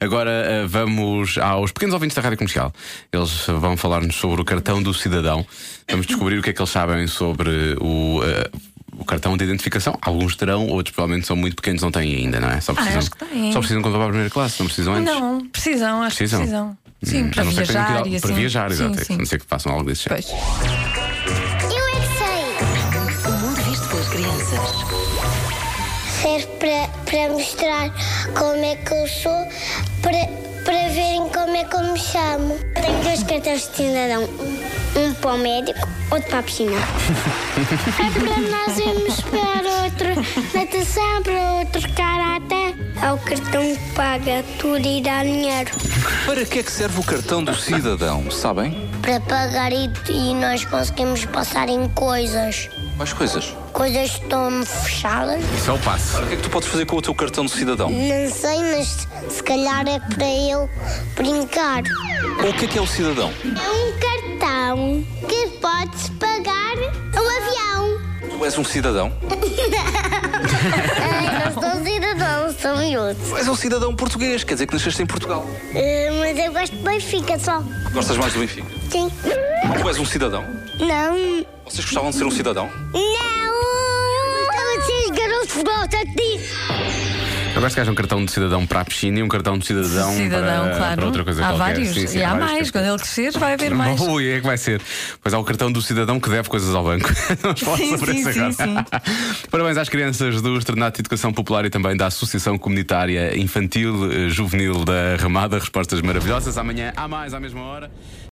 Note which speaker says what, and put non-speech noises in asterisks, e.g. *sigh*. Speaker 1: Agora ah, vamos aos pequenos ouvintes da Rádio Comercial. Eles vão falar-nos sobre o cartão do cidadão. Vamos descobrir o que é que eles sabem sobre o. ah, o cartão de identificação, alguns terão, outros provavelmente são muito pequenos, não têm ainda, não é? Só precisam,
Speaker 2: Ah, acho que têm.
Speaker 1: só precisam quando vão para a primeira classe, não precisam antes.
Speaker 2: Não, precisam, acho
Speaker 1: Precisam? Hum.
Speaker 2: que precisam. Sim,
Speaker 1: A
Speaker 2: para
Speaker 1: não ser que tenham que ir ao-
Speaker 2: viajar e assim.
Speaker 1: Para viajar,
Speaker 2: sim,
Speaker 1: exato. A
Speaker 2: Sim.
Speaker 1: não ser que façam algo desse género.
Speaker 2: Pois.
Speaker 3: Eu é que sei.
Speaker 4: O mundo visto pelas crianças.
Speaker 3: Serve para, para mostrar como é que eu sou, para, para verem como é que eu me chamo. Eu tenho dois cartões de cidadão: um para o médico, outro para a
Speaker 4: *laughs*
Speaker 3: piscina. é para nós irmos para outro natação, para outro karate. É o cartão que paga tudo e dá dinheiro.
Speaker 5: Para que é que serve o cartão do cidadão, sabem?
Speaker 3: Para pagar e, e nós conseguimos passar em coisas.
Speaker 5: Mais coisas.
Speaker 3: Coisas que estão fechadas.
Speaker 1: Isso é o passo.
Speaker 5: O que é que tu podes fazer com o teu cartão do cidadão?
Speaker 3: Não sei, mas se calhar é para eu brincar.
Speaker 5: Ou o que é que é o cidadão?
Speaker 3: É um cartão que podes pagar um avião. *laughs*
Speaker 5: Tu és um cidadão?
Speaker 3: Eu sou cidadão, sou miúdo.
Speaker 5: Tu és um cidadão português, quer dizer que nasceste em Portugal.
Speaker 3: Eh, mas eu gosto de Benfica só.
Speaker 5: Gostas mais do Benfica?
Speaker 3: Sim.
Speaker 5: Tu és um cidadão?
Speaker 3: Não.
Speaker 5: Vocês gostavam de ser um cidadão?
Speaker 3: Não! Estava a ser garoto de um futebol, já te disse.
Speaker 1: Eu gosto que haja um cartão de cidadão para a piscina e um cartão de cidadão,
Speaker 2: Cidadão,
Speaker 1: para,
Speaker 2: claro.
Speaker 1: para outra coisa
Speaker 2: há
Speaker 1: qualquer.
Speaker 2: vários.
Speaker 1: Sim, sim,
Speaker 2: e há,
Speaker 1: vários
Speaker 2: mais.
Speaker 1: cartões.
Speaker 2: Quando ele crescer, vai haver
Speaker 1: *laughs*
Speaker 2: mais.
Speaker 1: Ui, é que vai ser. Pois há o cartão do cidadão que deve coisas ao banco. *laughs* Vamos falar
Speaker 2: Sim,
Speaker 1: sobre
Speaker 2: sim,
Speaker 1: isso
Speaker 2: sim,
Speaker 1: agora.
Speaker 2: sim.
Speaker 1: *laughs* Parabéns às crianças do Externato de Educação Popular e também da Associação Comunitária Infantil eh, Juvenil da Ramada. Respostas maravilhosas. Amanhã, há mais, à mesma hora.